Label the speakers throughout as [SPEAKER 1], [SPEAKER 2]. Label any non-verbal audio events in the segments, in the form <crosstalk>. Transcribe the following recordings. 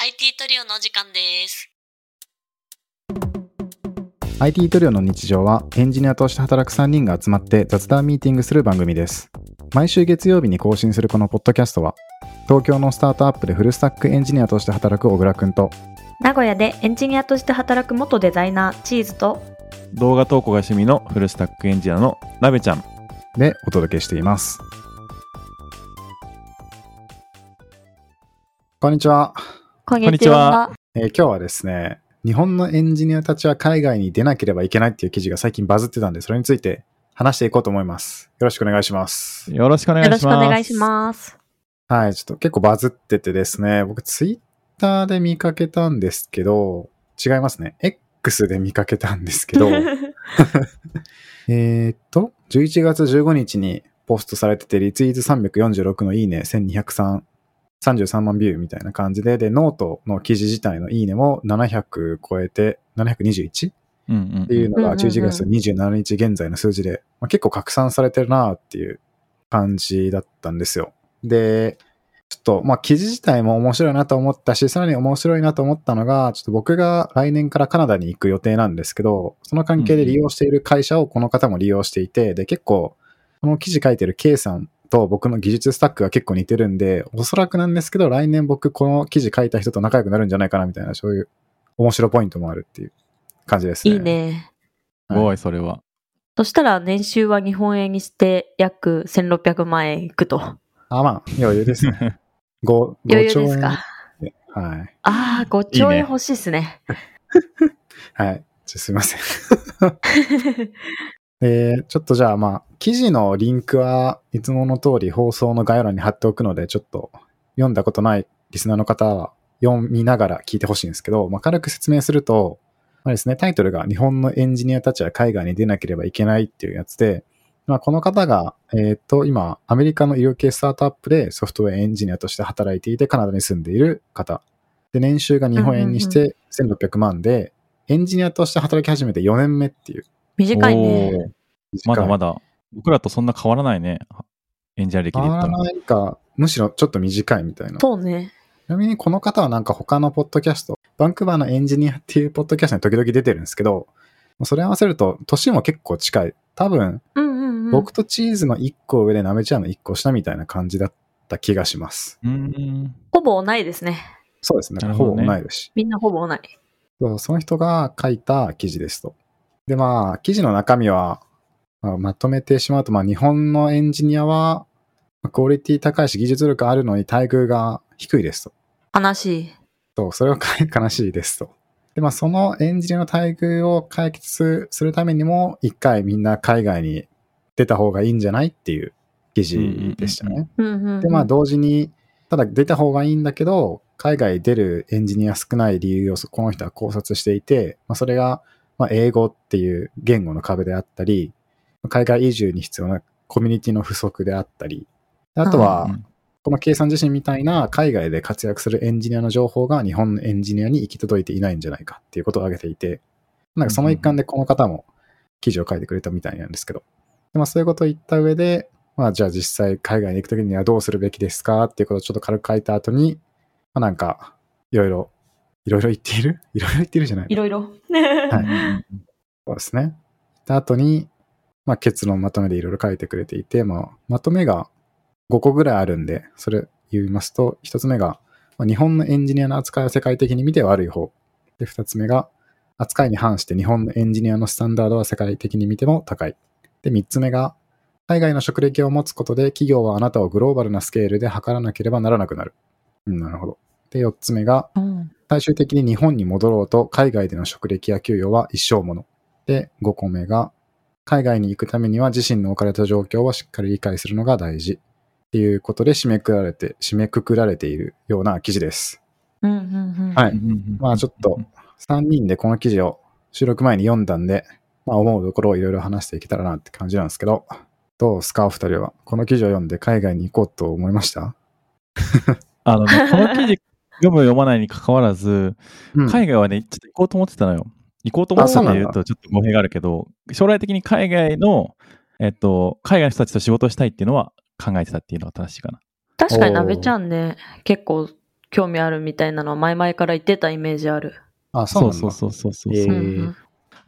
[SPEAKER 1] IT トリオのお時間です。
[SPEAKER 2] IT トリオの日常はエンジニアとして働く3人が集まって雑談ミーティングする番組です。毎週月曜日に更新するこのポッドキャストは、東京のスタートアップでフルスタックエンジニアとして働く小倉くんと、
[SPEAKER 3] 名古屋でエンジニアとして働く元デザイナーチーズと
[SPEAKER 4] 動画投稿が趣味のフルスタックエンジニアのなべちゃん
[SPEAKER 2] でお届けしています。こんにちは。
[SPEAKER 3] こん
[SPEAKER 4] にちは
[SPEAKER 2] えー今日はですね、日本のエンジニアたちは海外に出なければいけないっていう記事が最近バズってたんで、それについて話していこうと思います。よろしくお願いします。
[SPEAKER 4] よろしくお願い
[SPEAKER 3] よ
[SPEAKER 4] しま
[SPEAKER 3] ろ
[SPEAKER 4] す
[SPEAKER 3] しくお願いします
[SPEAKER 2] はい、ちょっと結構バズっててですね、僕ツイッターで見かけたんですけど、違いますね。X で見かけたんですけ
[SPEAKER 3] <laughs>
[SPEAKER 2] ど、えーっと、11月15日にポストされてて、リツイート346のいいね1203、33万ビューみたいな感じで、で、ノートの記事自体のいいねも700超えて、721?
[SPEAKER 4] うんうんうん
[SPEAKER 2] っていうの
[SPEAKER 3] うんうん
[SPEAKER 2] が
[SPEAKER 3] うん
[SPEAKER 2] 11月27日現在の数字で、まあ、結構拡散されてるなっていう感じだったんですよ。で、ちょっと、まあ、記事自体も面白いなと思ったし、さらに面白いなと思ったのが、ちょっと僕が来年からカナダに行く予定なんですけど、その関係で利用している会社をこの方も利用していて、で、結構、この記事書いてる K さんと僕の技術スタックが結構似てるんで、おそらくなんですけど、来年僕この記事書いた人と仲良くなるんじゃないかなみたいな、そういう面白ポイントもあるっていう感じですね。
[SPEAKER 3] いいね
[SPEAKER 4] すごいそれは
[SPEAKER 3] そしたら年収は日本円にして約1600万円いくと
[SPEAKER 2] あ、まあ、余裕ですね。5,
[SPEAKER 3] <laughs> 余裕
[SPEAKER 2] 兆
[SPEAKER 3] です
[SPEAKER 2] 円。
[SPEAKER 3] か
[SPEAKER 2] はい。
[SPEAKER 3] ああ5
[SPEAKER 4] いい
[SPEAKER 3] 兆
[SPEAKER 4] ね
[SPEAKER 3] 円欲しいっすね <laughs>
[SPEAKER 2] はい。ちょすいません。で、ちょっとじゃあまあ、記事のリンクはいつもの通り放送の概要欄に貼っておくので、ちょっと読んだことないリスナーの方は読みながら聞いてほしいんですけど、まあ、軽く説明すると、まあですね、タイトルが日本のエンジニアたちは海外に出なければいけないっていうやつで、まあ、この方が、えっ、と、今、アメリカの医療系スタートアップでソフトウェアエンジニアとして働いていて、カナダに住んでいる方。で、年収が日本円にして1600万で、エンジニアとして働き始めて4年目っていう。
[SPEAKER 3] 短いね
[SPEAKER 4] おーまだま
[SPEAKER 2] だ。
[SPEAKER 4] だ僕らとそんな変わらないねエンジニア歴で
[SPEAKER 2] 変
[SPEAKER 4] 言っ
[SPEAKER 2] わ
[SPEAKER 4] た
[SPEAKER 2] ら
[SPEAKER 4] ら
[SPEAKER 2] ないか、むしろちょっと短いみたいな。ち
[SPEAKER 3] そうね
[SPEAKER 2] なみにこの方はなんか他のポッドキャスト、バンクーバーのエンジニアっていうポッドキャストに時々出てるんですけど、それ合わせると、年も結構近い。多分、
[SPEAKER 3] うんうん、うん、
[SPEAKER 2] 僕とチーズの1個上でナメちゃんの1個下みたいな感じだった気がします。
[SPEAKER 4] うーん
[SPEAKER 3] ほぼないですね
[SPEAKER 2] そうですね。
[SPEAKER 4] なるほ
[SPEAKER 2] ほ
[SPEAKER 4] ど
[SPEAKER 2] ぼ
[SPEAKER 4] ね
[SPEAKER 2] 同い年。
[SPEAKER 3] みんなほぼない
[SPEAKER 2] そうその人が書いた記事ですと。で、まあ、記事の中身は、まあまとめてしまうと、まあ、日本のエンジニアは、まあクオリティ高いし、技術力あるのに待遇が低いですと。
[SPEAKER 3] 悲しい
[SPEAKER 2] そうそれは <laughs> 悲しいですと。で、まあ、そのエンジニアの待遇を解決するためにも、一回みんな海外に出た方がいいんじゃないっていう記事でした
[SPEAKER 4] うん
[SPEAKER 2] ね。
[SPEAKER 3] うんうん、うん、
[SPEAKER 2] で、まあ、同時に、ただ出た方がいいんだけど、海外出るエンジニア少ない理由をこの人は考察していて、まあ、それが、まあ、英語っていう言語の壁であったり、海外移住に必要なコミュニティの不足であったり、であとは
[SPEAKER 4] うん、
[SPEAKER 2] この計算自身みたいな海外で活躍するエンジニアの情報が日本のエンジニアに行き届いていないんじゃないかっていうことを挙げていて、なんかその一環でこの方も記事を書いてくれたみたいなんですけど、でまあ、そういうことを言った上で、まあ、じゃあ実際海外に行くときにはどうするべきですかっていうことをちょっと軽く書いた後に、まあ、なんかいろいろ、いろいろ言っている <laughs> いろいろ言ってるじゃない
[SPEAKER 3] いろいろ
[SPEAKER 2] はい
[SPEAKER 4] うん
[SPEAKER 2] そうですね。で、後に、まあ、結論まとめでいろいろ書いてくれていて、まあ、まとめが5個ぐらいあるんで、それ言いますと、1つ目が、まあ日本のエンジニアの扱いは世界的に見て悪い方。で、2つ目が、扱いに反して日本のエンジニアのスタンダードは世界的に見ても高い。で、3つ目が、海外の職歴を持つことで企業はあなたをグローバルなスケールで測らなければならなくなる。うん、なるほど。で、4つ目が、
[SPEAKER 3] うん
[SPEAKER 2] 最終的に日本に戻ろうと海外での職歴や給与は一生もの。で、5個目が、海外に行くためには自身の置かれた状況をしっかり理解するのが大事。っていうことで締めくくられて、締めくくられているような記事です。
[SPEAKER 3] うんうんうん
[SPEAKER 2] はい
[SPEAKER 4] うんうん
[SPEAKER 2] まあちょっと3人でこの記事を収録前に読んだんで、まあ思うところをいろいろ話していけたらなって感じなんですけど、どうですかお二人は。この記事を読んで海外に行こうと思いました、
[SPEAKER 4] あ <laughs> のねこの記事読む読まないに関わらず
[SPEAKER 2] うん
[SPEAKER 4] 海外はねちょっと行こうと思ってたのよ行こうと思ってたって言う
[SPEAKER 2] あそ
[SPEAKER 4] とちょっと語弊があるけど将来的に海外のえっと海外の人たちと仕事をしたいっていうのは考えてたっていうのが正しいかな
[SPEAKER 3] 確かになべちゃんね結構興味あるみたいなのは前々から言ってたイメージある。
[SPEAKER 2] あ、そうな
[SPEAKER 4] そ
[SPEAKER 2] んだ。
[SPEAKER 4] うそうそうそうそう。
[SPEAKER 2] えー
[SPEAKER 3] うん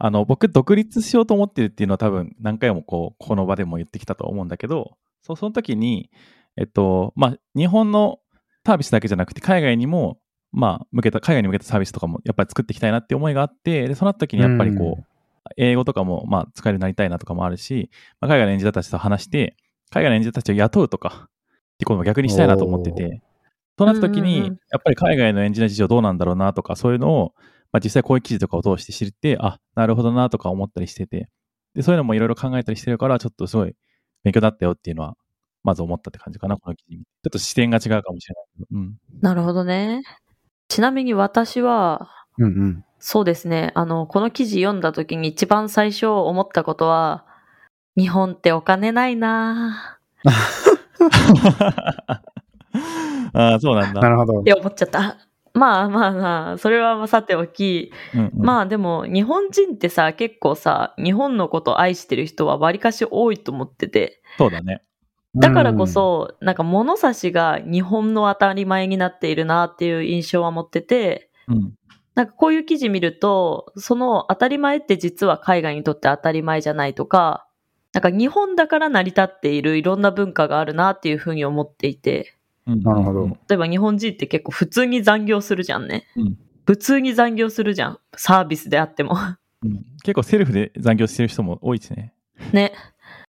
[SPEAKER 4] あの僕独立しようと思ってるっていうのは多分何回もこうこの場でも言ってきたと思うんだけどそうその時にえっとまあ日本のサービスだけじゃなくて海外にもまあ向けた海外に向けたサービスとかもやっぱり作っていきたいなって思いがあってでそうなった時にやっぱりこう、
[SPEAKER 2] う
[SPEAKER 4] 英語とかもまあ使えるようになりたいなとかもあるし、まあ、海外のエンジニアたちと話して海外のエンジニアたちを雇うとかってことも逆にしたいなと思って
[SPEAKER 2] お
[SPEAKER 4] てそうなった時に、
[SPEAKER 3] うんうんうん
[SPEAKER 4] やっぱり海外のエンジニア事情どうなんだろうなとかそういうのをまあ、実際こういう記事とかを通して知って、あ、なるほどなとか思ったりしてて、で、そういうのもいろいろ考えたりしてるから、ちょっとすごい勉強だったよっていうのは、まず思ったって感じかな、この記事に。ちょっと視点が違うかもしれないけど。
[SPEAKER 2] <laughs>
[SPEAKER 4] うん。
[SPEAKER 3] なるほどね。ちなみに私は、
[SPEAKER 2] うんうん。
[SPEAKER 3] そうですね。あの、この記事読んだ時に一番最初思ったことは、日本ってお金ないなぁ
[SPEAKER 4] ああ、そうなんだ。
[SPEAKER 2] なるほど
[SPEAKER 3] っ。て思っちゃった。 <laughs> まあまあまあ、それはまあさておき、
[SPEAKER 4] うんうん
[SPEAKER 3] まあでも日本人ってさ、結構さ、日本のこと愛してる人はわりかし多いと思ってて、
[SPEAKER 4] そうだね。
[SPEAKER 3] だからこそ、なんか物差しが日本の当たり前になっているなっていう印象は持ってて、
[SPEAKER 4] うん。
[SPEAKER 3] なんかこういう記事見ると、その当たり前って実は海外にとって当たり前じゃないとか、なんか日本だから成り立っているいろんな文化があるなっていうふうに思っていて、
[SPEAKER 4] うん
[SPEAKER 2] なるほど
[SPEAKER 4] うん
[SPEAKER 3] 例えば日本人って結構普通に残業するじゃんね。
[SPEAKER 4] うん
[SPEAKER 3] 普通に残業するじゃん。サービスであっても。 <laughs>
[SPEAKER 4] うん結構セルフで残業してる人も多いしね。
[SPEAKER 3] ね。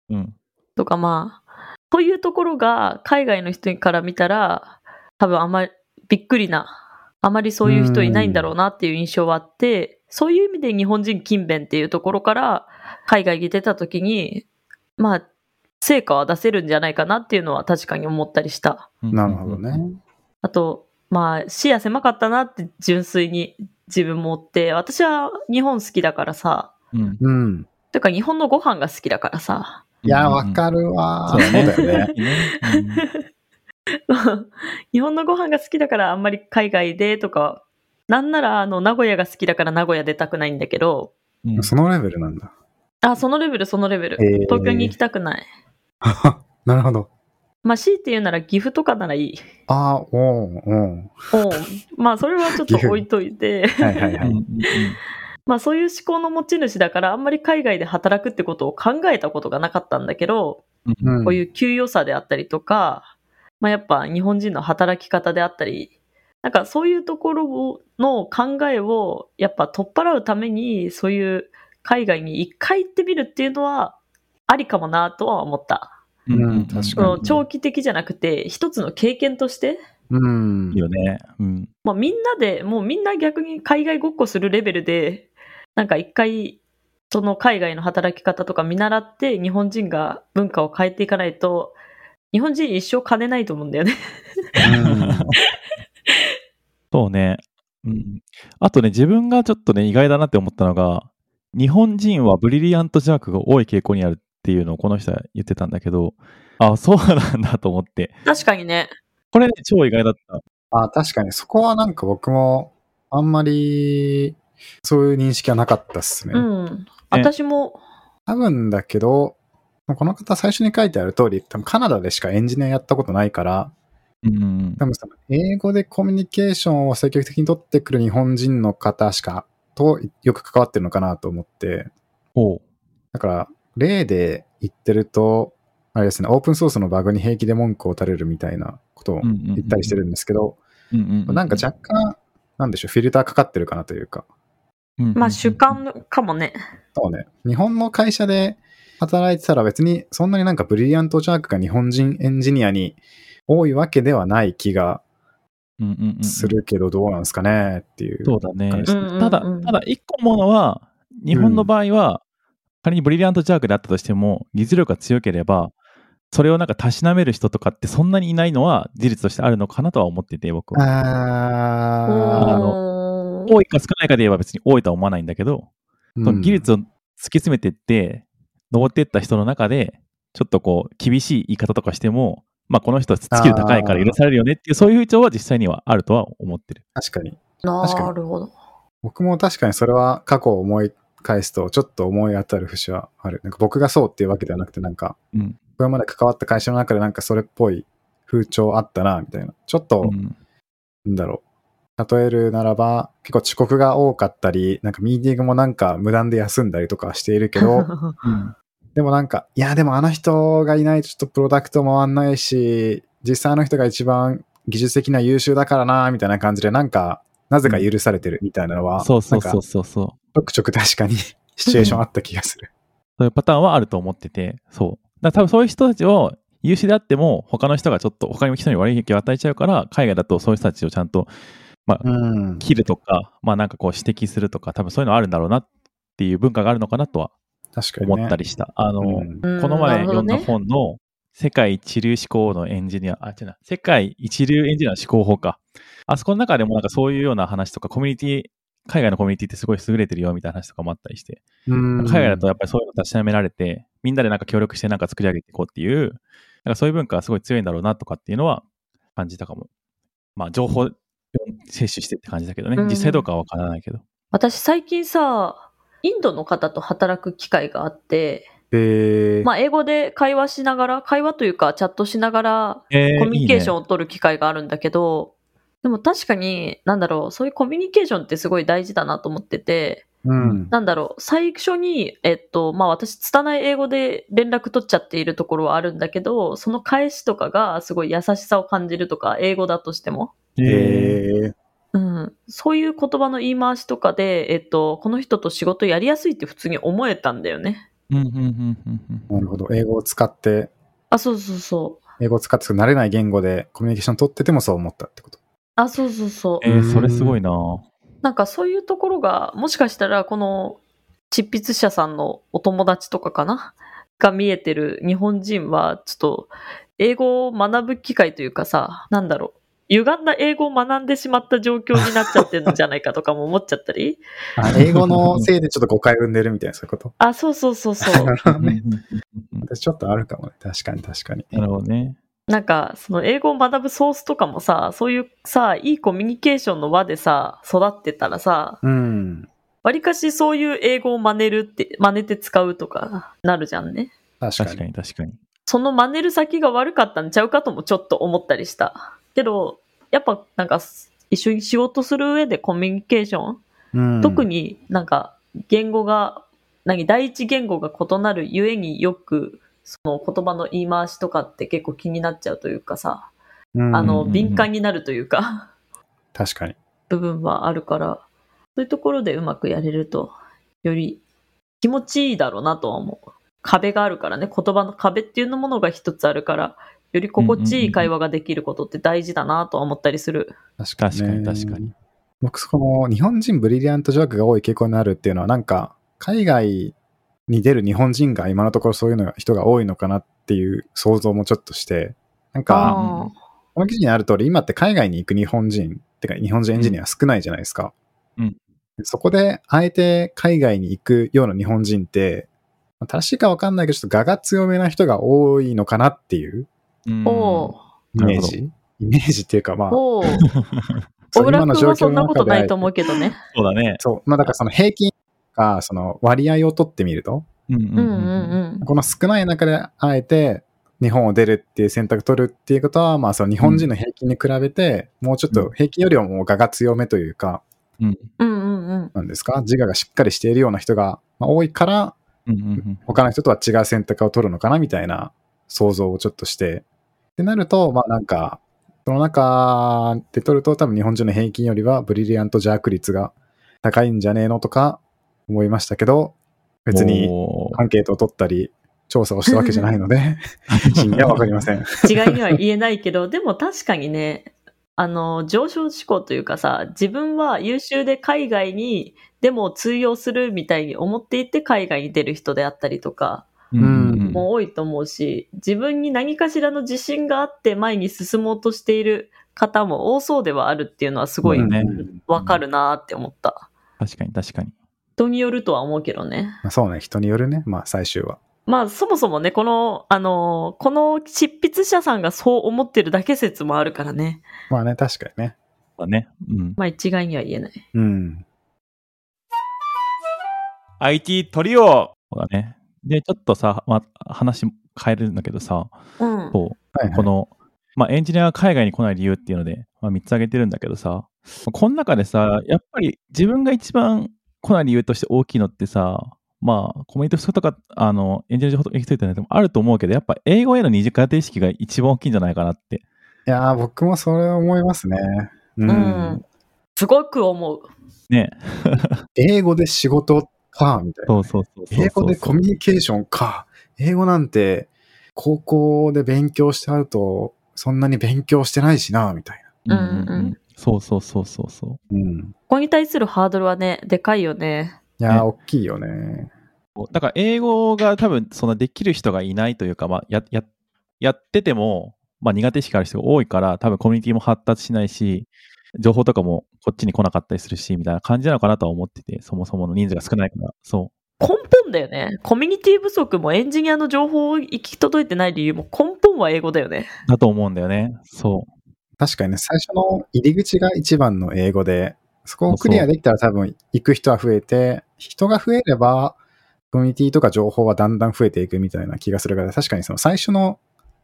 [SPEAKER 4] うん。
[SPEAKER 3] とかまあ、そういうところが海外の人から見たら、多分あまりびっくりな、あまりそういう人いないんだろうなっていう印象はあって、そういう意味で日本人勤勉っていうところから海外に出た時に、まあ、成果は出せるんじゃないかなっていうのは確かに思ったりした。
[SPEAKER 4] うん
[SPEAKER 2] なるほど。ね。
[SPEAKER 3] あと、まあ、視野狭かったなって純粋に自分も思って、私は日本好きだからさ、
[SPEAKER 4] うん。
[SPEAKER 2] うん。
[SPEAKER 3] というか日本のご飯が好きだからさ、
[SPEAKER 2] いや、
[SPEAKER 4] うん
[SPEAKER 2] わかるわ。
[SPEAKER 4] そうだね。
[SPEAKER 2] そうだ <laughs> よね。
[SPEAKER 4] <laughs> ね。
[SPEAKER 3] <laughs> 日本のご飯が好きだからあんまり海外でとか、なんならあの名古屋が好きだから名古屋出たくないんだけど、
[SPEAKER 4] う
[SPEAKER 2] <laughs>
[SPEAKER 4] んうん
[SPEAKER 2] そのレベルなんだ。
[SPEAKER 3] あ、そのレベルそのレベル。
[SPEAKER 2] へー
[SPEAKER 3] 東京に行きたくない。
[SPEAKER 2] なるほど。
[SPEAKER 3] まあ、強いて言うなら岐阜とかなら
[SPEAKER 2] <laughs>
[SPEAKER 3] いい。
[SPEAKER 2] ああ、おうおう。
[SPEAKER 3] おうまあ、それは
[SPEAKER 2] <laughs>
[SPEAKER 3] ちょっと置いといて、
[SPEAKER 2] はいはいは
[SPEAKER 4] うんう
[SPEAKER 2] い。
[SPEAKER 4] んうん
[SPEAKER 3] まあ、そういう思考の持ち主だからあんまり海外で働くってことを考えたことがなかったんだけど、
[SPEAKER 4] うん
[SPEAKER 2] ん
[SPEAKER 3] こういう給与差であったりとか、まあ、やっぱ日本人の働き方であったり、なんかそういうところをの考えをやっぱ取っ払うために、そういう海外に一回行ってみるっていうのはありかもなとは思った。
[SPEAKER 4] うん
[SPEAKER 2] うん確かに
[SPEAKER 3] その
[SPEAKER 2] うん
[SPEAKER 3] 長期的じゃなくて、一つの経験として、
[SPEAKER 2] うん
[SPEAKER 4] いい。よね。うん。
[SPEAKER 3] まあ、みんなでもうみんな逆に海外ごっこするレベルでなんか一回その海外の働き方とか見習って日本人が文化を変えていかないと日本人一生金ないと思うんだよね。
[SPEAKER 4] そうね。うん。あとね、自分がちょっとね、意外だなって思ったのが、日本人はブリリアントジャークが多い傾向にあるっていうのをこの人は言ってたんだけど、あ、そうなんだと思って。
[SPEAKER 3] 確かにね。
[SPEAKER 4] これね、超意外だった。
[SPEAKER 2] あ、確かに、そこはなんか僕も、あんまり、そういう認識はなかったっすね。
[SPEAKER 3] うん。私も、
[SPEAKER 2] 多分だけど、この方最初に書いてある通り、多分カナダでしかエンジニアやったことないから、
[SPEAKER 4] うん。
[SPEAKER 2] 多分その英語でコミュニケーションを積極的に取ってくる日本人の方しか、とよく関わってるのかなと思って、
[SPEAKER 4] ほ
[SPEAKER 2] だから、例で言ってると、あれですね、オープンソースのバグに平気で文句を垂れるみたいなことを
[SPEAKER 4] う。うんうんうん
[SPEAKER 2] 言ったりしてるんですけど、
[SPEAKER 4] うんうんうん。
[SPEAKER 2] なんか若干、なんでしょう、フィルターかかってるかなというか、
[SPEAKER 4] うんうんうん、
[SPEAKER 3] まあ主観かもね。
[SPEAKER 2] そうね、日本の会社で働いてたら別にそんなになんかブリリアントジャークが日本人エンジニアに多いわけではない気が
[SPEAKER 4] うんうんうんうん
[SPEAKER 2] するけど、どうなんですかねっていう。
[SPEAKER 4] そうだね。
[SPEAKER 2] うん
[SPEAKER 3] うんうん
[SPEAKER 4] ただ、ただ一個思うのは、日本の場合は、仮にブリリアントジャークであったとしても、技術力が強ければ、それをなんかたしなめる人とかってそんなにいないのは事実としてあるのかなとは思ってて、僕は。
[SPEAKER 2] あ
[SPEAKER 4] ー
[SPEAKER 3] おー
[SPEAKER 4] 多いか少ないかで言えば別に多いとは思わないんだけど、
[SPEAKER 2] ー
[SPEAKER 4] その技術を突き詰めてって、登っていった人の中で、ちょっとこう、厳しい言い方とかしても、まあ、この人はスキル高いから許されるよねっていう、そういう風潮は実際にはあるとは思ってる。
[SPEAKER 2] 確かに。確かに
[SPEAKER 3] なるほど。
[SPEAKER 2] 僕も確かにそれは過去を思い返すと、ちょっと思い当たる節はある。なんか僕がそうっていうわけではなくて、なんか、
[SPEAKER 4] うん。
[SPEAKER 2] これまで関わった会社の中でなんかそれっぽい風潮あったな、みたいな。ちょっと、
[SPEAKER 4] うん
[SPEAKER 2] なんだろう。例えるならば、結構遅刻が多かったり、なんかミーティングもなんか無断で休んだりとかしているけ
[SPEAKER 4] <laughs>
[SPEAKER 2] ど、
[SPEAKER 4] うん
[SPEAKER 2] でもなんか、いや、でもあの人がいないとちょっとプロダクト回んないし、実際あの人が一番技術的な優秀だからな、みたいな感じで、なんか、なぜか許されてるみたいなのは、
[SPEAKER 4] そうそうそ
[SPEAKER 2] なんか、
[SPEAKER 4] うそうそう。
[SPEAKER 2] ちょくちょく確 <laughs> かにシチュエーションあった気がする。
[SPEAKER 4] そういうパターンはあると思ってて、そう。だから多分そういう人たちを優秀であっても、他の人がちょっと、他の人に悪い影響を与えちゃうから、海外だとそういう人たちをちゃんと
[SPEAKER 2] うん。
[SPEAKER 4] 切るとか、まあなんかこう指摘するとか、多分そういうのあるんだろうなっていう文化があるのかなとは
[SPEAKER 2] 確かに、ね。
[SPEAKER 4] 思ったりした。あの、
[SPEAKER 2] うん
[SPEAKER 3] うん
[SPEAKER 4] この前読
[SPEAKER 3] なる
[SPEAKER 4] んだ
[SPEAKER 3] ほどね
[SPEAKER 4] 本の、世界一流思考のエンジニア、あ、違うな、世界一流エンジニアの思考法か。あそこの中でもなんかそういうような話とか、コミュニティ、海外のコミュニティってすごい優れてるよみたいな話とかもあったりして、
[SPEAKER 2] うん
[SPEAKER 4] 海外だとやっぱりそういうの確かめられて、みんなでなんか協力してなんか作り上げていこうっていう、なんかそういう文化がすごい強いんだろうなとかっていうのは感じたかも。まあ情報を摂取してって感じだけどね
[SPEAKER 3] うんう。ん
[SPEAKER 4] 実際どうかはわからないけど。
[SPEAKER 3] 私最近さインドの方と働く機会があって、
[SPEAKER 2] で、
[SPEAKER 3] まあ、英語で会話しながら会話というかチャットしながら
[SPEAKER 4] え
[SPEAKER 3] コミュニケーション
[SPEAKER 4] ン。
[SPEAKER 3] を取る機会があるんだけど、でも確かになんだろうそういうコミュニケーションってすごい大事だなと思ってて
[SPEAKER 2] うん。
[SPEAKER 3] なんだろう最初に、えっとまあ、私拙い英語で連絡取っちゃっているところはあるんだけどその返しとかがすごい優しさを感じるとか英語だとしても
[SPEAKER 4] いいねえ
[SPEAKER 2] えー
[SPEAKER 3] うん、そういう言葉の言い回しとかで、えっと、この人と仕事やりやすいって普通に思えたんだよね。
[SPEAKER 4] ーうんうんうんうんうん
[SPEAKER 2] なるほど。英語を使って、
[SPEAKER 3] あ、そうそうそう。
[SPEAKER 2] 英語を使って慣れない言語でコミュニケーション取っててもそう思ったってこと。
[SPEAKER 3] あ、そうそうそう。
[SPEAKER 4] えーそれすごいなぁ
[SPEAKER 3] なんかそういうところが、もしかしたらこの執筆者さんのお友達とかかなが見えてる日本人は、ちょっと英語を学ぶ機会というかさ、なんだろう。歪んだ英語を学んでしまった状況になっちゃってるんじゃないかとかも思っちゃったり。
[SPEAKER 2] あ英語のせいでちょっと誤解を生んでるみたいな、そういうこと。
[SPEAKER 3] あ、そうそうそうそう。
[SPEAKER 2] なるほど
[SPEAKER 4] うんう
[SPEAKER 2] ね。
[SPEAKER 4] んうん
[SPEAKER 2] 私ちょっとあるかもね。確かに確かに。
[SPEAKER 4] <laughs> なるほどね。
[SPEAKER 3] なんか、その英語を学ぶソースとかもさ、そういうさ、いいコミュニケーションの輪でさ、育ってたらさ、
[SPEAKER 2] うん。
[SPEAKER 3] わりかしそういう英語を真似るって、真似て使うとか、なるじゃんね。
[SPEAKER 2] 確かに
[SPEAKER 4] 確。かに確かに。
[SPEAKER 3] その真似る先が悪かったんちゃうかともちょっと思ったりした。けど、やっぱなんか、一緒に仕事する上でコミュニケーション、
[SPEAKER 2] うん
[SPEAKER 3] 特。になんか、言語が、何、第一言語が異なるゆえによく、その言葉の言い回しとかって結構気になっちゃうというかさ、
[SPEAKER 2] うん
[SPEAKER 3] あの、
[SPEAKER 4] うん
[SPEAKER 3] 敏感になるというか、
[SPEAKER 2] 確かに。
[SPEAKER 3] 部分はあるから、そういうところでうまくやれると、より気持ちいいだろうなとは思う。壁があるからね、言葉の壁っていうのものが一つあるから、より心地いい会話ができることって大事だなとは思ったりする。
[SPEAKER 2] 確かに、ね。
[SPEAKER 4] 確かに確かに。
[SPEAKER 2] 僕、その、日本人ブリリアントジョークが多い傾向になるっていうのは、なんか、海外に出る日本人が今のところそういうのが人が多いのかなっていう想像もちょっとして、なん
[SPEAKER 4] あ
[SPEAKER 2] か、
[SPEAKER 4] ー
[SPEAKER 2] この記事にある通り、今って海外に行く日本人、てか日本人エンジニア少ないじゃないですか。
[SPEAKER 4] うん
[SPEAKER 2] そこで、あえて海外に行くような日本人って、まあ正しいかわかんないけど、ちょっと我が強めな人が多いのかなっていう
[SPEAKER 4] うん
[SPEAKER 3] おう
[SPEAKER 2] イメージ。イメージっていうか、まあ、
[SPEAKER 3] おう
[SPEAKER 2] そ
[SPEAKER 3] 小
[SPEAKER 2] う
[SPEAKER 3] 倉君はそんなことないと
[SPEAKER 2] 今の状況の中で
[SPEAKER 3] 思うけどね。
[SPEAKER 4] そうだね。
[SPEAKER 2] そう。まあだからその平均が、その割合を取ってみると、
[SPEAKER 4] うん
[SPEAKER 3] うんうんうん。
[SPEAKER 2] この少ない中であえて日本を出るっていう選択取るっていうことは、まあその日本人の平均に比べて、もうちょっと平均よりはもう我が強めというか、
[SPEAKER 4] うん
[SPEAKER 3] うんうんうん。
[SPEAKER 2] なんですか自我がしっかりしているような人がまあ多いから、
[SPEAKER 4] うんうんうん
[SPEAKER 2] 他の人とは違う選択を取るのかなみたいな想像をちょっとして。ってなると、まあなんか、その中で取ると多分日本人の平均よりはブリリアントジャーク率が高いんじゃねえのとか思いましたけど、別に
[SPEAKER 4] おー
[SPEAKER 2] アンケートを取ったり調査をしたわけじゃないの
[SPEAKER 4] <laughs>
[SPEAKER 2] で、真偽はわかりません。
[SPEAKER 3] 違いには言えないけど、 <laughs> でも確かにね、あの、上昇志向というかさ、自分は優秀で海外に、でも通用するみたいに思っていて海外に出る人であったりとか、
[SPEAKER 4] うんうんうん
[SPEAKER 3] もう多いと思うし、自分に何かしらの自信があって前に進もうとしている方も多そうではあるっていうのはすごい
[SPEAKER 4] そうだね
[SPEAKER 3] わかるなーって思った。
[SPEAKER 4] 確かに確かに。
[SPEAKER 3] 人によるとは思うけどね。
[SPEAKER 2] まあそうね、人によるね、まあ最終は。
[SPEAKER 3] まあそもそもね、この、あの、この執筆者さんがそう思ってるだけ説もあるからね。
[SPEAKER 2] まあね、確かにね。
[SPEAKER 4] そうだね。うん。
[SPEAKER 3] まあ一概には言えない。
[SPEAKER 2] うん。
[SPEAKER 4] IT トリオそうだね。で、ちょっとさ、まあ、話変えるんだけどさ、
[SPEAKER 3] うん。
[SPEAKER 4] こう
[SPEAKER 2] はい、はい。
[SPEAKER 4] この、まあ、エンジニアが海外に来ない理由っていうので、まあ、3つ挙げてるんだけどさ、この中でさ、やっぱり自分が一番来ない理由として大きいのってさ、まあ、コミュニティ不足とか、あの、エンジニアの人とかでもあると思うけど、やっぱ英語への二次化程意識が一番大きいんじゃないかなって。
[SPEAKER 2] いやー、僕もそれ思いますね。うん。
[SPEAKER 3] うんすごく思う。
[SPEAKER 4] ね。
[SPEAKER 2] 英語で仕事か、みたいな。
[SPEAKER 4] そうそうそうそうそう。
[SPEAKER 2] 英語でコミュニケーションか。英語なんて、高校で勉強してあると、そんなに勉強してないしな、みたい
[SPEAKER 4] うんうん
[SPEAKER 3] うん
[SPEAKER 4] う
[SPEAKER 3] うん
[SPEAKER 4] ん。そうそうそうそうそう。
[SPEAKER 2] な。うん。
[SPEAKER 3] ここに対するハードルはね、でかいよね。
[SPEAKER 2] いやー、
[SPEAKER 4] ね
[SPEAKER 2] 大きいよね。
[SPEAKER 4] だから英語が多分そんなできる人がいないというか、まあ、やややってても、まあ、苦手意識ある人が多いから多分コミュニティも発達しないし情報とかもこっちに来なかったりするしみたいな感じなのかなとは思っててそもそもの人数が少ないからそ
[SPEAKER 3] 根本だよね。コミュニティ不足もエンジニアの情報を行き届いてない理由も根本は英語だ
[SPEAKER 2] <laughs>
[SPEAKER 3] よね。
[SPEAKER 4] うだと思うんだよねそう
[SPEAKER 2] 確かにね、最初の入り口が一番の英語で、そこをクリアできたら多分行く人は増えて、人が増えれば、コミュニティとか情報はだんだん増えていくみたいな気がするから、確かにその最初の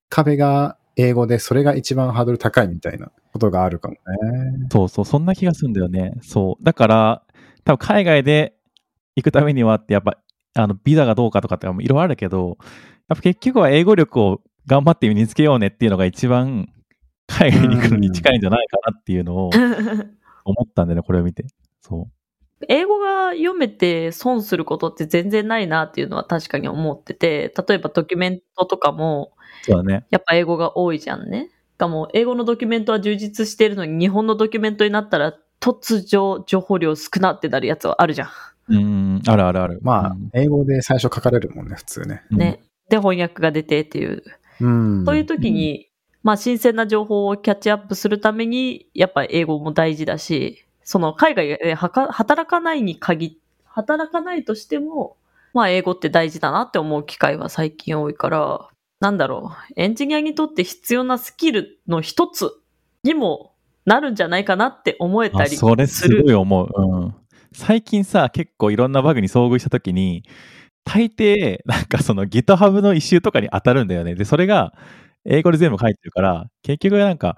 [SPEAKER 2] 壁が英語で、それが一番ハードル高いみたいなことがあるかもね。
[SPEAKER 4] そうそうそんな気がするんだよねそうだから多分海外で行くためにはってやっぱあのビザがどうかとかっていろいろあるけどやっぱ結局は英語力を頑張って身につけようねっていうのが一番海外に行くのに近いんじゃないかなっていうのを思ったんでね、これを見て。そ
[SPEAKER 3] 英語が読めて損することって全然ないなっていうのは確かに思ってて、例えばドキュメントとかも、
[SPEAKER 4] う。そうだね。
[SPEAKER 3] やっぱ英語が多いじゃんね。しかも、英語のドキュメントは充実してるのに、日本のドキュメントになったら、突如情報量少なってなるやつはあるじゃん。
[SPEAKER 4] うん、あるあるある。
[SPEAKER 2] まあ
[SPEAKER 4] うん、
[SPEAKER 2] 英語で最初書かれるもんね、普通ね。
[SPEAKER 3] ね。で、翻訳が出てっていう。
[SPEAKER 2] うん。
[SPEAKER 3] そういう時に、まあ、新鮮な情報をキャッチアップするために、やっぱ英語も大事だし、その海外ではか働かないに限っ働かないとしても、まあ、英語って大事だなって思う機会は最近多いから、なんだろう、エンジニアにとって必要なスキルの一つにもなるんじゃないかなって思え
[SPEAKER 4] うん
[SPEAKER 3] た
[SPEAKER 4] あ
[SPEAKER 3] り
[SPEAKER 4] それす
[SPEAKER 3] する
[SPEAKER 4] ご。い思う。うん。最近さ、結構いろんなバグに遭遇したときに、大抵、なんかその GitHub の一周とかに当たるんだよね。で、それが英語で全部書いてるから、結局なんか、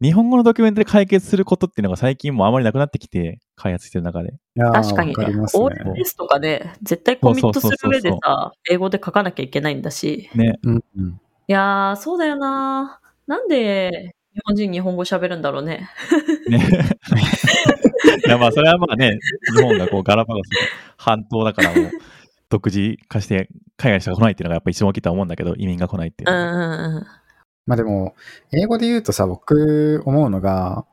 [SPEAKER 4] 日本語のドキュメントで解決することっていうのが最近もうあまりなくなってきて、開発してる中で。
[SPEAKER 2] いやー
[SPEAKER 3] 確かに
[SPEAKER 2] わ
[SPEAKER 3] ね
[SPEAKER 2] ります
[SPEAKER 3] オー
[SPEAKER 2] ね
[SPEAKER 3] ル。ディスとかね、絶対コミットする上で
[SPEAKER 4] そうそうそう
[SPEAKER 3] さ、英語で書かなきゃいけないんだし。
[SPEAKER 4] ね。
[SPEAKER 2] うんうん
[SPEAKER 3] いやー、そうだよなー。なんで日本人日本語喋るんだろうね。 <laughs>
[SPEAKER 4] ね。いやまあそれはまあね、日本がこうガラパゴスの半島だからもう独自化して海外の人が来ないっていうのがやっぱ一番大きいとは思うんだけど、移民が来ないっていう
[SPEAKER 3] うん
[SPEAKER 4] の
[SPEAKER 3] う
[SPEAKER 4] は。
[SPEAKER 3] んうん。
[SPEAKER 2] まあでも、英語で言うとさ、僕思うのが、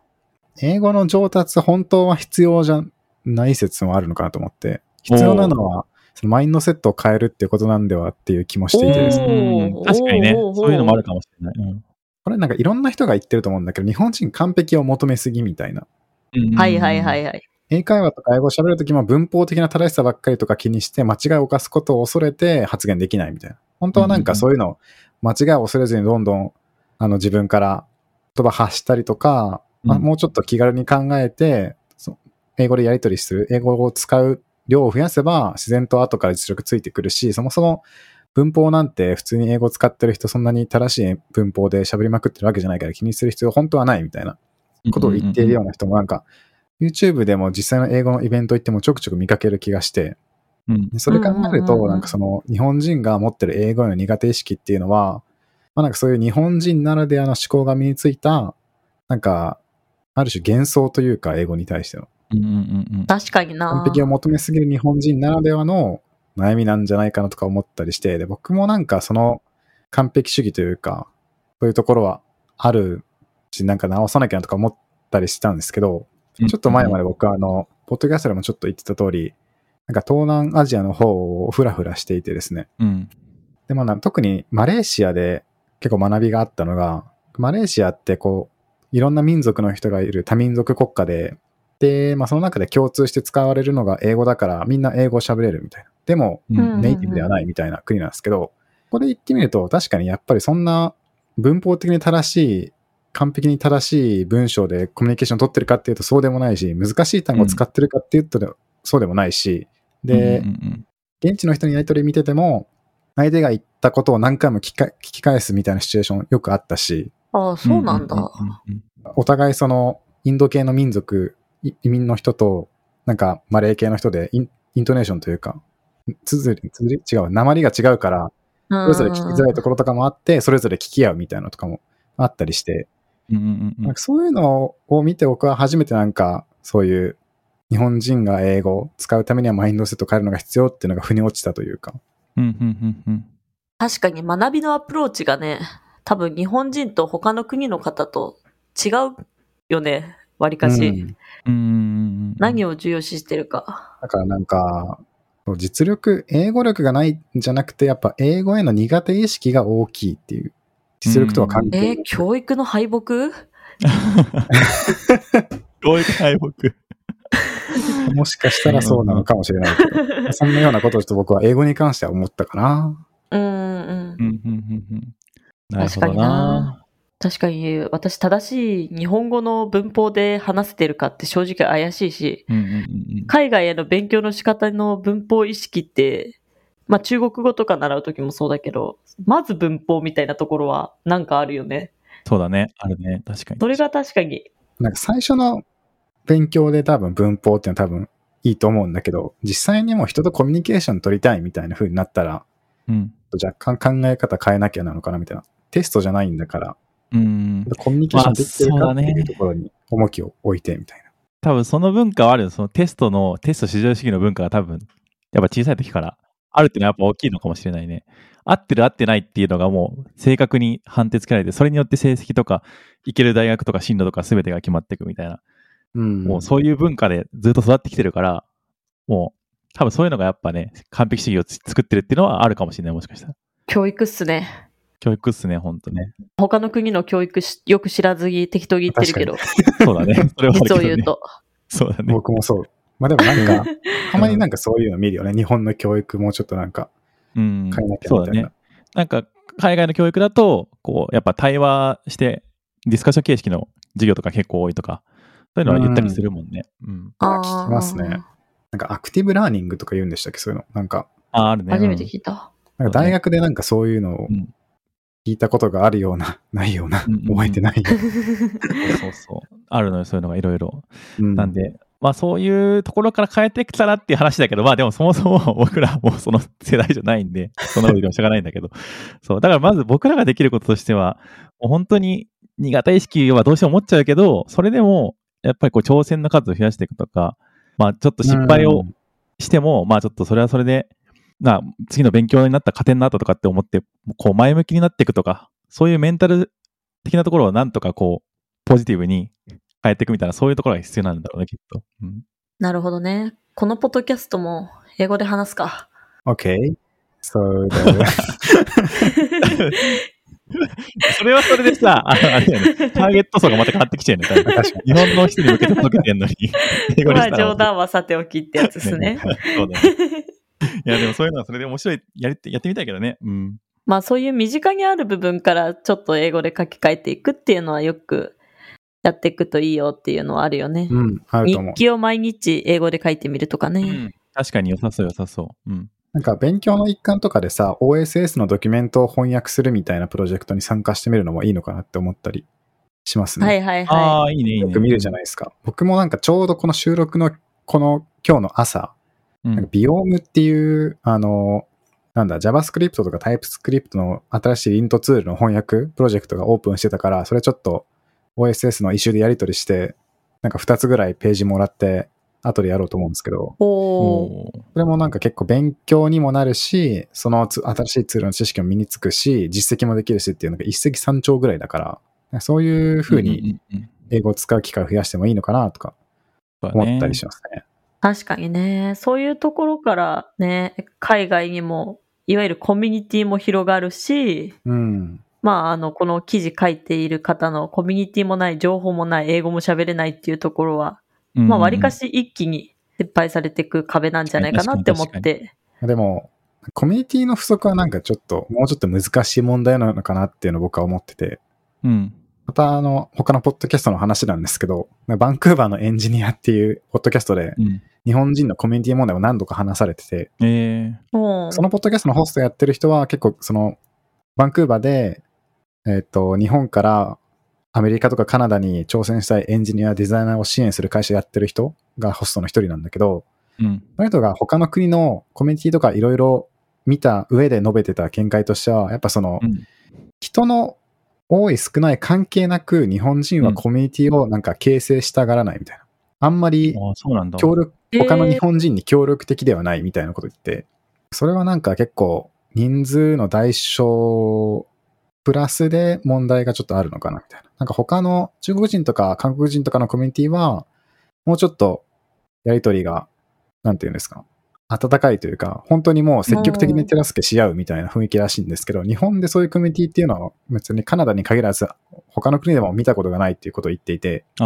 [SPEAKER 2] 英語の上達本当は必要じゃない説もあるのかなと思って、必要なのは、そのマインドセットを変えるっていうことなんではっていう気もしていてですね。
[SPEAKER 3] おー
[SPEAKER 4] うん確かにね、
[SPEAKER 3] おー
[SPEAKER 4] そういうのもあるかもしれない。うん
[SPEAKER 2] これなんかいろんな人が言ってると思うんだけど、日本人完璧を求めすぎみたいな。
[SPEAKER 3] はいはいはいはい。
[SPEAKER 2] 英会話とか英語を喋るときも文法的な正しさばっかりとか気にして間違いを犯すことを恐れて発言できないみたいな。本当はなんかそういうの、間違いを恐れずにどんどんあの自分から言葉発したりとか、
[SPEAKER 4] うん
[SPEAKER 2] まあもうちょっと気軽に考えて、そ英語でやり取りする、英語を使う量を増やせば自然と後から実力ついてくるし、そもそも文法なんて普通に英語使ってる人そんなに正しい文法で喋りまくってるわけじゃないから気にする必要本当はないみたいな。ことを言っているような人もなんか、YouTube でも実際の英語のイベント行ってもちょくちょく見かける気がして、
[SPEAKER 4] うん。
[SPEAKER 2] それ考える
[SPEAKER 3] うんうんうんう
[SPEAKER 2] と、
[SPEAKER 3] ん
[SPEAKER 2] なんかその日本人が持ってる英語への苦手意識っていうのは、まあなんかそういう日本人ならではの思考が身についた、なんか、ある種幻想というか英語に対しての、
[SPEAKER 4] うんうんうん
[SPEAKER 3] 確かにな。
[SPEAKER 2] 完璧を求めすぎる日本人ならではの悩みなんじゃないかなとか思ったりして、で、僕もなんかその完璧主義というか、そういうところはあるし、なんか直さなきゃなとか思ったりしたんですけど、
[SPEAKER 4] うん。
[SPEAKER 2] ちょっと前まで僕はあの、ポッドキャストでもちょっと言ってた通り、なんか東南アジアの方をふらふらしていてですね。
[SPEAKER 4] うん。
[SPEAKER 2] で、まあな特にマレーシアで結構学びがあったのが、マレーシアってこう、いろんな民族の人がいる多民族国家で、で、まあその中で共通して使われるのが英語だから、みんな英語喋れるみたいな。でも、
[SPEAKER 4] うん
[SPEAKER 3] うん
[SPEAKER 2] ネイティブではないみたいな国なんですけど、これ言ってみると確かにやっぱりそんな文法的に正しい、完璧に正しい文章でコミュニケーション取ってるかっていうとそうでもないし、難しい単語を使ってるかっていうとでそうでもないし、で
[SPEAKER 4] うんう、ん
[SPEAKER 2] 現地の人にやりとり見てても、相手が言ったことを何回も聞きか聞き返すみたいなシチュエーションよくあったし、
[SPEAKER 3] ああ、そうなんだ。
[SPEAKER 4] うんうん
[SPEAKER 2] お互いそのインド系の民族、い移民の人と、なんかマレー系の人でイン、イントネーションというか、つづり、つづり違う、鉛が違うから、それぞれ聞きづらいところとかもあって、それぞれ聞き合うみたいなのとかもあったりして、
[SPEAKER 4] うんうんうん
[SPEAKER 2] なんかそういうのを見て僕は初めてなんか、そういう日本人が英語を使うためにはマインドセットを変えるのが必要っていうのが腑に落ちたというか。
[SPEAKER 4] うんうんうんうん
[SPEAKER 3] 確かに学びのアプローチがね、多分日本人と他の国の方と違うよね、わりかし。
[SPEAKER 2] うん
[SPEAKER 4] うんうんうんうん
[SPEAKER 3] 何を重要視してるか。
[SPEAKER 2] だからなんか、そう実力、英語力がないんじゃなくて、やっぱ英語への苦手意識が大きいっていう。実力とは関係ない。
[SPEAKER 3] えー教育の敗北
[SPEAKER 4] 教育敗北。
[SPEAKER 2] もしかしたらそうなのかもしれないけど、そんなようなことをちょっと僕は英語に関しては思ったかな。
[SPEAKER 3] うんうん
[SPEAKER 4] う。んうんうんうんなる
[SPEAKER 3] 確
[SPEAKER 4] ほ
[SPEAKER 3] か
[SPEAKER 4] ど
[SPEAKER 3] に
[SPEAKER 4] な。
[SPEAKER 3] な。確かに、私正しい日本語の文法で話せてるかって正直怪しいし、
[SPEAKER 4] うんうんうん
[SPEAKER 3] 海外への勉強の仕方の文法意識って、まあ中国語とか習う時もそうだけど、まず文法みたいなところはなんかあるよね。
[SPEAKER 4] そうだね。あるね。確かに。
[SPEAKER 3] それが確かに。
[SPEAKER 2] なんか最初の勉強で多分文法っていうのは多分いいと思うんだけど、実際にもう人とコミュニケーション取りたいみたいな風になったら、
[SPEAKER 4] うん。
[SPEAKER 2] 若干考え方変えなきゃなのかなみたいな。テストじゃないんだから、
[SPEAKER 4] うん。
[SPEAKER 2] コミュニケーションできてる
[SPEAKER 4] まあ
[SPEAKER 2] か
[SPEAKER 4] そうだ
[SPEAKER 2] って
[SPEAKER 4] ね
[SPEAKER 2] いうところに重きを置いてみたいな。
[SPEAKER 4] 多分その文化はあるよ。そのテストの、テスト至上主義の文化が多分、やっぱ小さい時からあるっていうのはやっぱ大きいのかもしれないね。合ってる合ってないっていうのがもう正確に判定つけられて、それによって成績とか、行ける大学とか進路とか全てが決まっていくみたいな。
[SPEAKER 2] うん。
[SPEAKER 4] もうそういう文化でずっと育ってきてるから、もう多分そういうのがやっぱね、完璧主義をつ作ってるっていうのはあるかもしれない、もしかしたら。
[SPEAKER 3] 教育っすね。
[SPEAKER 4] 教育っすね、ほん
[SPEAKER 3] <laughs>
[SPEAKER 4] とね。
[SPEAKER 3] 他の国の教育しよく知らずに適当に言ってるけど、
[SPEAKER 4] そうだね。それはあるけ
[SPEAKER 3] 実
[SPEAKER 4] ど
[SPEAKER 3] を
[SPEAKER 4] ね
[SPEAKER 3] 言う。と。
[SPEAKER 4] そうだね。
[SPEAKER 2] 僕もそう。まあでもなん
[SPEAKER 4] <laughs>
[SPEAKER 2] か、たまになんかそういうの見るよね。日本の教育もうちょっとなんか
[SPEAKER 4] うん。
[SPEAKER 2] 変えなきゃ
[SPEAKER 4] そ
[SPEAKER 2] み
[SPEAKER 4] う
[SPEAKER 2] た
[SPEAKER 4] だ
[SPEAKER 2] い
[SPEAKER 4] ね
[SPEAKER 2] な。。
[SPEAKER 4] なんか、海外の教育だと、こう、やっぱ対話して、ディスカッション形式の授業とか結構多いとか、そういうのは言ったりするもんね。うん。
[SPEAKER 2] あ
[SPEAKER 3] ー
[SPEAKER 2] 聞きますねなんかアクティブラーニングとか言うんでしたっけそういうの。なんか、
[SPEAKER 4] あ、あるね。
[SPEAKER 3] 初めて聞いた。
[SPEAKER 2] なんか大学でなんかそういうのを
[SPEAKER 4] うん
[SPEAKER 2] 聞いたことがあるような、ないような、
[SPEAKER 4] うんうんうん
[SPEAKER 2] 覚えてないよ
[SPEAKER 4] うんそうそうそう。あるのよ、そういうのがいろいろ。
[SPEAKER 2] うな。
[SPEAKER 4] なんで、まあそういうところから変えてきたらっていう話だけど、まあでもそもそも僕らはもうその世代じゃないんで、 <laughs> そんなこと言ってもしょうがないんだけど、そう、だからまず僕らができることとしては、もう本当に苦手意識はどうしても持っちゃうけど、それでも、やっぱりこう挑戦の数を増やしていくとか、まあちょっと失敗をしても、まあちょっとそれはそれで、な次の勉強になった糧になったとかって思って、こう前向きになっていくとか、そういうメンタル的なところをなんとかこう、ポジティブに変えていくみたいな、そういうところが必要なんだろうね、きっと。うん、
[SPEAKER 3] なるほどね。このポッドキャストも英語で話すか。
[SPEAKER 2] OK? So,
[SPEAKER 4] <laughs>
[SPEAKER 2] the-
[SPEAKER 4] それはそれでさ、 <laughs> あのあれだよね、ターゲット層がまた変わってきちゃうよね、多分
[SPEAKER 2] 確か
[SPEAKER 4] 日本の人に向けて届けてんのに、英語に
[SPEAKER 3] ま
[SPEAKER 4] し
[SPEAKER 3] あ
[SPEAKER 4] たら
[SPEAKER 3] 冗談はさておきってやつですね。
[SPEAKER 4] そうだね。いや、でもそういうのはそれで面白い、やりやってみたいけどね。うん。
[SPEAKER 3] まあそういう身近にある部分からちょっと英語で書き換えていくっていうのはよくやっていくといいよっていうのはあるよね。
[SPEAKER 2] うん、あると思
[SPEAKER 3] 日
[SPEAKER 2] う。
[SPEAKER 3] 記を毎日英語で書いてみるとかね。
[SPEAKER 4] 確かに良さそう、良さそう。うん。
[SPEAKER 2] なんか勉強の一環とかでさ、OSS のドキュメントを翻訳するみたいなプロジェクトに参加してみるのもいいのかなって思ったりしますね。
[SPEAKER 3] はいはい
[SPEAKER 4] あ
[SPEAKER 3] は
[SPEAKER 4] あ、いいね、いい
[SPEAKER 2] よ
[SPEAKER 4] ね。
[SPEAKER 2] く見るじゃないですか。僕もなんかちょうどこの収録のこの今日の朝、
[SPEAKER 4] う
[SPEAKER 2] なん
[SPEAKER 4] ん
[SPEAKER 2] か。ビオームっていう、あの、なんだ、JavaScript とか TypeScript の新しいイントツールの翻訳プロジェクトがオープンしてたから、それちょっと OSS の一周でやり取りして、なんか2つぐらいページもらって、後でやろうと思うんですけど
[SPEAKER 3] い。、おー。
[SPEAKER 4] おー
[SPEAKER 2] それもなんか結構勉強にもなるし、そのつ新しいツールの知識も身につくし、実績もできるしっていうのが一石三鳥ぐらいだから、なんかそういう風に
[SPEAKER 4] うんうんうん
[SPEAKER 2] 英語を使う機会を増やしてもいいのかなとか
[SPEAKER 4] そうだね
[SPEAKER 2] 思ったりしますね。
[SPEAKER 3] 確かにね。そういうところからね、海外にも、いわゆるコミュニティも広がるし、
[SPEAKER 2] うん。
[SPEAKER 3] まあ、あの、この記事書いている方のコミュニティもない、情報もない、英語も喋れないっていうところは、まあ、割かし一気に撤廃されていく壁なんじゃないかなって思
[SPEAKER 4] 確
[SPEAKER 3] っ
[SPEAKER 4] か
[SPEAKER 3] て。
[SPEAKER 2] でも、コミュニティの不足はなんかちょっと、もうちょっと難しい問題なのかなっていうのを僕は思ってて、
[SPEAKER 4] うんうん。
[SPEAKER 2] またあの、他のポッドキャストの話なんですけど、バンクーバーのエンジニアっていうポッドキャストで、
[SPEAKER 4] うん。
[SPEAKER 2] 日本人のコミュニティ問題を何度か話されてて、
[SPEAKER 4] うんえ
[SPEAKER 3] も
[SPEAKER 2] そのポッドキャストのホストやってる人は結構その、バンクーバーで、えっ、と、日本からアメリカとかカナダに挑戦したいエンジニア、デザイナーを支援する会社やってる人がホストの一人なんだけど、
[SPEAKER 4] うん。
[SPEAKER 2] その人が他の国のコミュニティとかいろいろ見た上で述べてた見解としては、やっぱその、
[SPEAKER 4] うん
[SPEAKER 2] 人の多い少ない関係なく日本人はコミュニティをなんか形成したがらないみたいな。あんまり
[SPEAKER 4] ああ、そうなんだ。
[SPEAKER 2] 協力、
[SPEAKER 3] へー
[SPEAKER 2] 他の日本人に協力的ではないみたいなこと言って、それはなんか結構人数の代償プラスで問題がちょっとあるのかなみたいな。なんか他の中国人とか韓国人とかのコミュニティは、もうちょっとやりとりが、なんていうんですか、温かいというか、本当にもう積極的に手助けし合うみたいな雰囲気らしいんですけど、日本でそういうコミュニティっていうのは別にカナダに限らず、他の国でも見たことがないっていうことを言っていて、
[SPEAKER 4] ああ。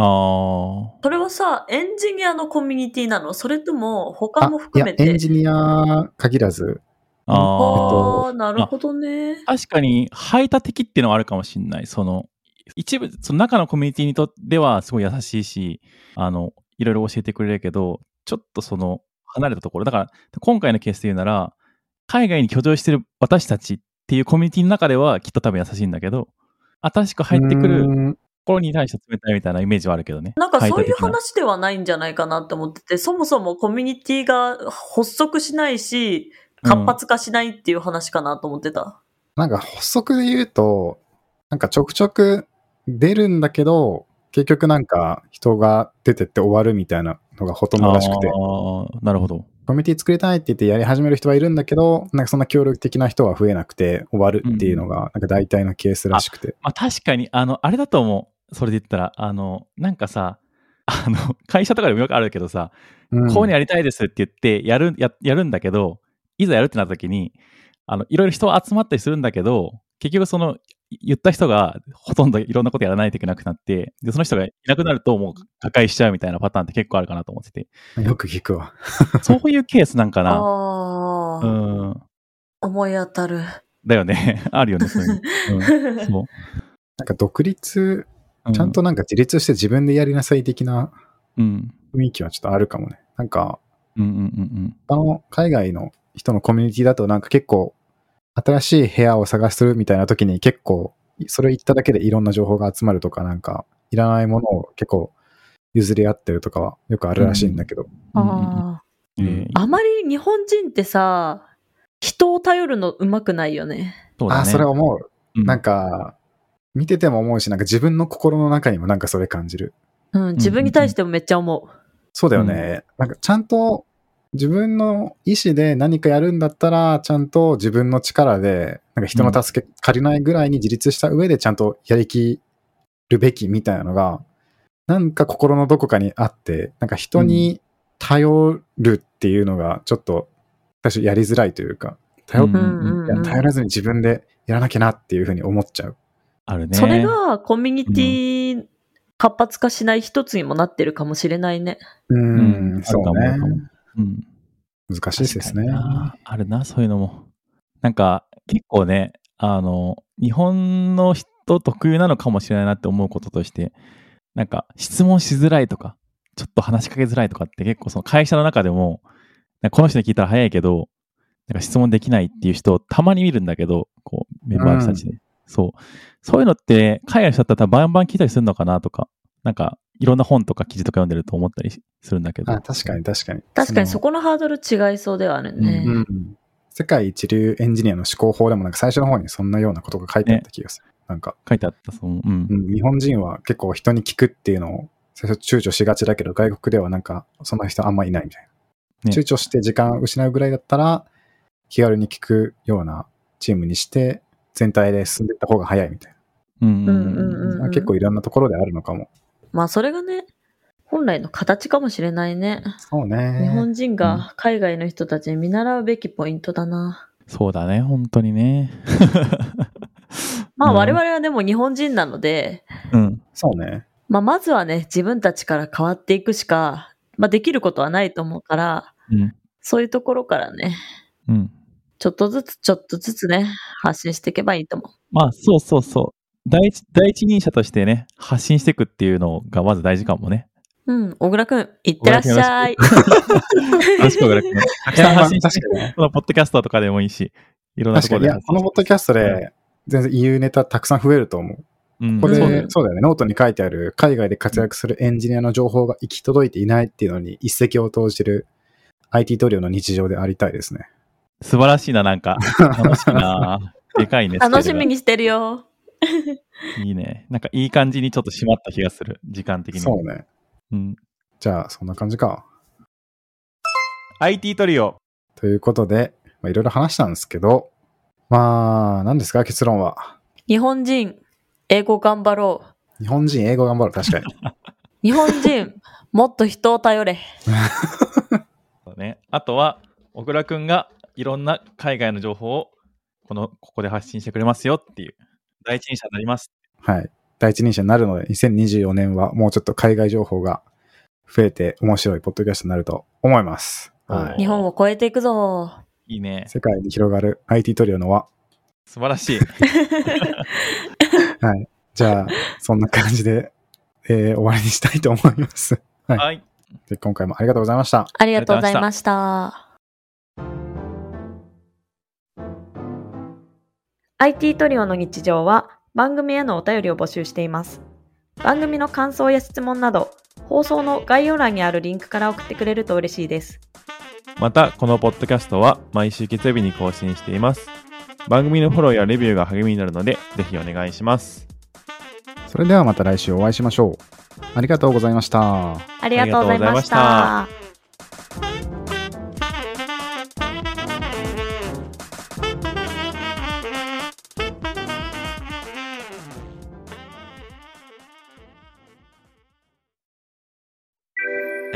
[SPEAKER 3] それはさ、エンジニアのコミュニティなのそれとも、
[SPEAKER 2] あ
[SPEAKER 3] 他も含め
[SPEAKER 2] い
[SPEAKER 3] て。
[SPEAKER 2] や、エンジニア限らず、
[SPEAKER 4] ああ。
[SPEAKER 3] ああ、なるほどね。
[SPEAKER 4] 確かに排他的っていうのはあるかもしれない。その一部、その中のコミュニティにとってはすごい優しいし、あの、いろいろ教えてくれるけど、ちょっとその離れたところ、だから今回のケースで言うなら、海外に居住してる私たちっていうコミュニティの中ではきっと多分優しいんだけど、新しく入ってく
[SPEAKER 2] う
[SPEAKER 4] る
[SPEAKER 2] ーん
[SPEAKER 4] 頃に対して冷たいみたいなイメージはあるけどね。
[SPEAKER 3] なんかそういう
[SPEAKER 4] 排他的な
[SPEAKER 3] 話ではないんじゃないかなって思ってて、そもそもコミュニティが発足しないし、活発化しないっていう話かなと思ってた。
[SPEAKER 2] なんか発足で言うと、なんかちょくちょく出るんだけど、結局なんか人が出てって終わるみたいなのがほとんどらしくて、
[SPEAKER 4] ああ、なるほど。
[SPEAKER 2] コミュニティ作りたいって言ってやり始める人はいるんだけど、なんかそんな協力的な人は増えなくて終わるっていうのが、なんか大体のケースらしくて。
[SPEAKER 4] まあ確かに、あの、あれだと思う。それで言ったら、あの、なんかさ、あの、会社とかでもよくあるけどさ、
[SPEAKER 2] うん
[SPEAKER 4] こういうのやりたいですって言ってやるややるんだけど、いざやるってなった時に、あのいろいろ人集まったりするんだけど、結局その言った人がほとんどいろんなことやらないといけなくなって、でその人がいなくなるともう破壊しちゃうみたいなパターンって結構あるかなと思
[SPEAKER 3] <laughs>
[SPEAKER 4] ってて、
[SPEAKER 2] よく聞くわ。
[SPEAKER 4] そういうケースなんかな。
[SPEAKER 3] ああ
[SPEAKER 4] う
[SPEAKER 3] ー、
[SPEAKER 4] ん。
[SPEAKER 3] 思い当たる。
[SPEAKER 4] だよね。 <laughs> あるよね、そういう
[SPEAKER 3] <laughs>
[SPEAKER 4] の。うん、そ
[SPEAKER 2] な
[SPEAKER 4] う
[SPEAKER 2] んか独立、
[SPEAKER 4] う
[SPEAKER 2] ちゃんと、なんか自立して自分でやりなさい的な
[SPEAKER 4] うん。
[SPEAKER 2] 雰囲気はちょっとあるかもね。なんか、
[SPEAKER 4] うんうんうん
[SPEAKER 2] 他の海外の人のコミュニティだとなんか結構新しい部屋を探すみたいな時に結構それを言っただけでいろんな情報が集まるとかなんかいらないものを結構譲り合ってるとかはよくあるらしいんだけど、
[SPEAKER 4] うんうんうんうん。
[SPEAKER 3] あ
[SPEAKER 4] えー
[SPEAKER 3] あ。あまり日本人ってさ、人を頼るのうまくないよね。
[SPEAKER 4] そうだね
[SPEAKER 2] ああそれは思う
[SPEAKER 4] うん
[SPEAKER 2] なんか見てても思うしなんか自分の心の中にもなんかそれ感じる
[SPEAKER 3] うん、自分に対してもめっちゃ思
[SPEAKER 2] そうだよね、なんかちゃんと自分の意思で何かやるんだったらちゃんと自分の力でなんか人の助け借りないぐらいに自立した上でちゃんとやりきるべきみたいなのがなんか心のどこかにあってなんか人に頼るっていうのがちょっと私やりづらいというか頼,、
[SPEAKER 4] うん
[SPEAKER 3] う。うんうんうん、
[SPEAKER 2] 頼らずに自分でやらなきゃなっていうふうに思っちゃう。
[SPEAKER 4] あるね。
[SPEAKER 3] それがコミュニティ活発化しない一つにもなってるかもしれないね。
[SPEAKER 2] うん、
[SPEAKER 4] うん
[SPEAKER 2] そう
[SPEAKER 4] あ
[SPEAKER 2] ね
[SPEAKER 4] るかもあるかもうん。
[SPEAKER 2] 難しいですね
[SPEAKER 4] 確。かになあるな、そういうのも。なんか、結構ね、あの、日本の人特有なのかもしれないなって思うこととして、なんか、質問しづらいとか、ちょっと話しかけづらいとかって結構その会社の中でも、なんかこの人に聞いたら早いけど、なんか質問できないっていう人をたまに見るんだけど、こう、メンバーの人たちで。そう。そういうのって、海外の人だったらバンバン聞いたりするのかなとか、なんか、いろんな本とか記事とか読んでると思ったりしするんだけど。
[SPEAKER 2] あ確かに確かに。
[SPEAKER 3] 確かに
[SPEAKER 4] その
[SPEAKER 3] そこのハードル違いそうではあるね。
[SPEAKER 4] うん
[SPEAKER 2] 世界一流エンジニアの思考法でもなんか最初の方にそんなようなことが書いてあった気がする。なんか、
[SPEAKER 4] 書いてあった、その、うん
[SPEAKER 2] う。ん、日本人は結構人に聞くっていうのを最初躊躇しがちだけど、外国ではなんかそんな人あんまいないみたいな。
[SPEAKER 4] ね
[SPEAKER 2] 躊躇して時間を失うぐらいだったら、気軽に聞くようなチームにして、全体で進んでいった方が早いみたい
[SPEAKER 4] うん
[SPEAKER 3] う
[SPEAKER 4] うんん
[SPEAKER 3] う
[SPEAKER 4] うん
[SPEAKER 3] ん
[SPEAKER 2] な。
[SPEAKER 3] うん、
[SPEAKER 2] 結構いろんなところであるのかも。
[SPEAKER 3] まあそれがね、本来の形かもしれないね。
[SPEAKER 2] そう
[SPEAKER 3] 日
[SPEAKER 2] ね。
[SPEAKER 3] 本人が海外の人たちに見習うべきポイントだな。
[SPEAKER 4] そうだね、本当にね。
[SPEAKER 3] まあ
[SPEAKER 4] うん
[SPEAKER 3] 我々はでも日本人なので、
[SPEAKER 4] うん。
[SPEAKER 2] そうね。
[SPEAKER 3] まあまずはね、自分たちから変わっていくしか、まあできることはないと思うから、
[SPEAKER 4] うん。
[SPEAKER 3] そういうところからね、
[SPEAKER 4] うん。
[SPEAKER 3] ちょっとずつちょっとずつね、発信していけばいいと思う。
[SPEAKER 4] まあ、そうそうそう。第一、第一人者としてね、発信していくっていうのがまず大事かもね。
[SPEAKER 3] うん、小倉くん、いってらっしゃい。
[SPEAKER 4] 確か
[SPEAKER 3] <laughs>
[SPEAKER 4] に。たくさん発信して
[SPEAKER 2] 確、かにね
[SPEAKER 4] このポッドキャストとかでもいいし、いろんなと
[SPEAKER 2] 確かに。
[SPEAKER 4] ころ
[SPEAKER 2] い
[SPEAKER 4] で
[SPEAKER 2] や、
[SPEAKER 4] 発
[SPEAKER 2] この
[SPEAKER 4] 信
[SPEAKER 2] ポッドキャストで全然 EU ネタたくさん増えると思う。
[SPEAKER 4] うん
[SPEAKER 2] こ
[SPEAKER 4] そ
[SPEAKER 2] れ、
[SPEAKER 4] うだよ
[SPEAKER 2] そうだよね、ノートに書いてある、海外で活躍するエンジニアの情報が行き届いていないっていうのに一石を投じる IT トリオの日常でありたいですね。
[SPEAKER 4] 素晴らしいな、なんか。楽し
[SPEAKER 2] <laughs>
[SPEAKER 4] いな。でかいね。
[SPEAKER 3] 楽しみにしてるよ。
[SPEAKER 4] スケールが。いいね。なんかいい感じにちょっと締まった気がする。時間的に。
[SPEAKER 2] そうね。
[SPEAKER 4] うん。
[SPEAKER 2] じゃあ、そんな感じか。
[SPEAKER 4] IT トリオ。
[SPEAKER 2] ということで、まあいろいろ話したんですけど、まあ、何ですか、結論は。
[SPEAKER 3] 日本人、英語頑張ろう。
[SPEAKER 2] 日本人、英語頑張ろう、確かに。 <laughs>
[SPEAKER 3] 日本 <laughs> 人、もっと人を頼れ。
[SPEAKER 4] そうね。あとは、小倉くんがいろんな海外の情報を、この、ここで発信してくれますよっていう。第一人者になります。
[SPEAKER 2] はい。第一人者になるので、2024年はもうちょっと海外情報が増えて面白いポッドキャストになると思います。は
[SPEAKER 4] おー
[SPEAKER 2] い。
[SPEAKER 3] 日本を超えていくぞ。
[SPEAKER 4] いいね。
[SPEAKER 2] 世界に広がる IT トリオの輪。
[SPEAKER 4] 素晴らしい。
[SPEAKER 2] じゃあ、そんな感じで、 <laughs> えー終わりにしたいと思います。 <laughs>
[SPEAKER 4] はい。
[SPEAKER 2] で今回もありがとうございました。
[SPEAKER 3] ありがとうございました。IT トリオの日常は番組へのお便りを募集しています。番組の感想や質問など、放送の概要欄にあるリンクから送ってくれると嬉しいです。
[SPEAKER 4] また、このポッドキャストは毎週月曜日に更新しています。番組のフォローやレビューが励みになるので、ぜひお願いします。
[SPEAKER 2] それではまた来週お会いしましょう。ありがとうございました。
[SPEAKER 3] ありがとうございまし
[SPEAKER 4] ありがとうござい
[SPEAKER 3] た。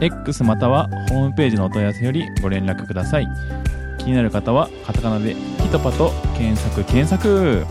[SPEAKER 4] X またはホームページのお問い合わせよりご連絡ください。気になる方はカタカナでピトパと検索検索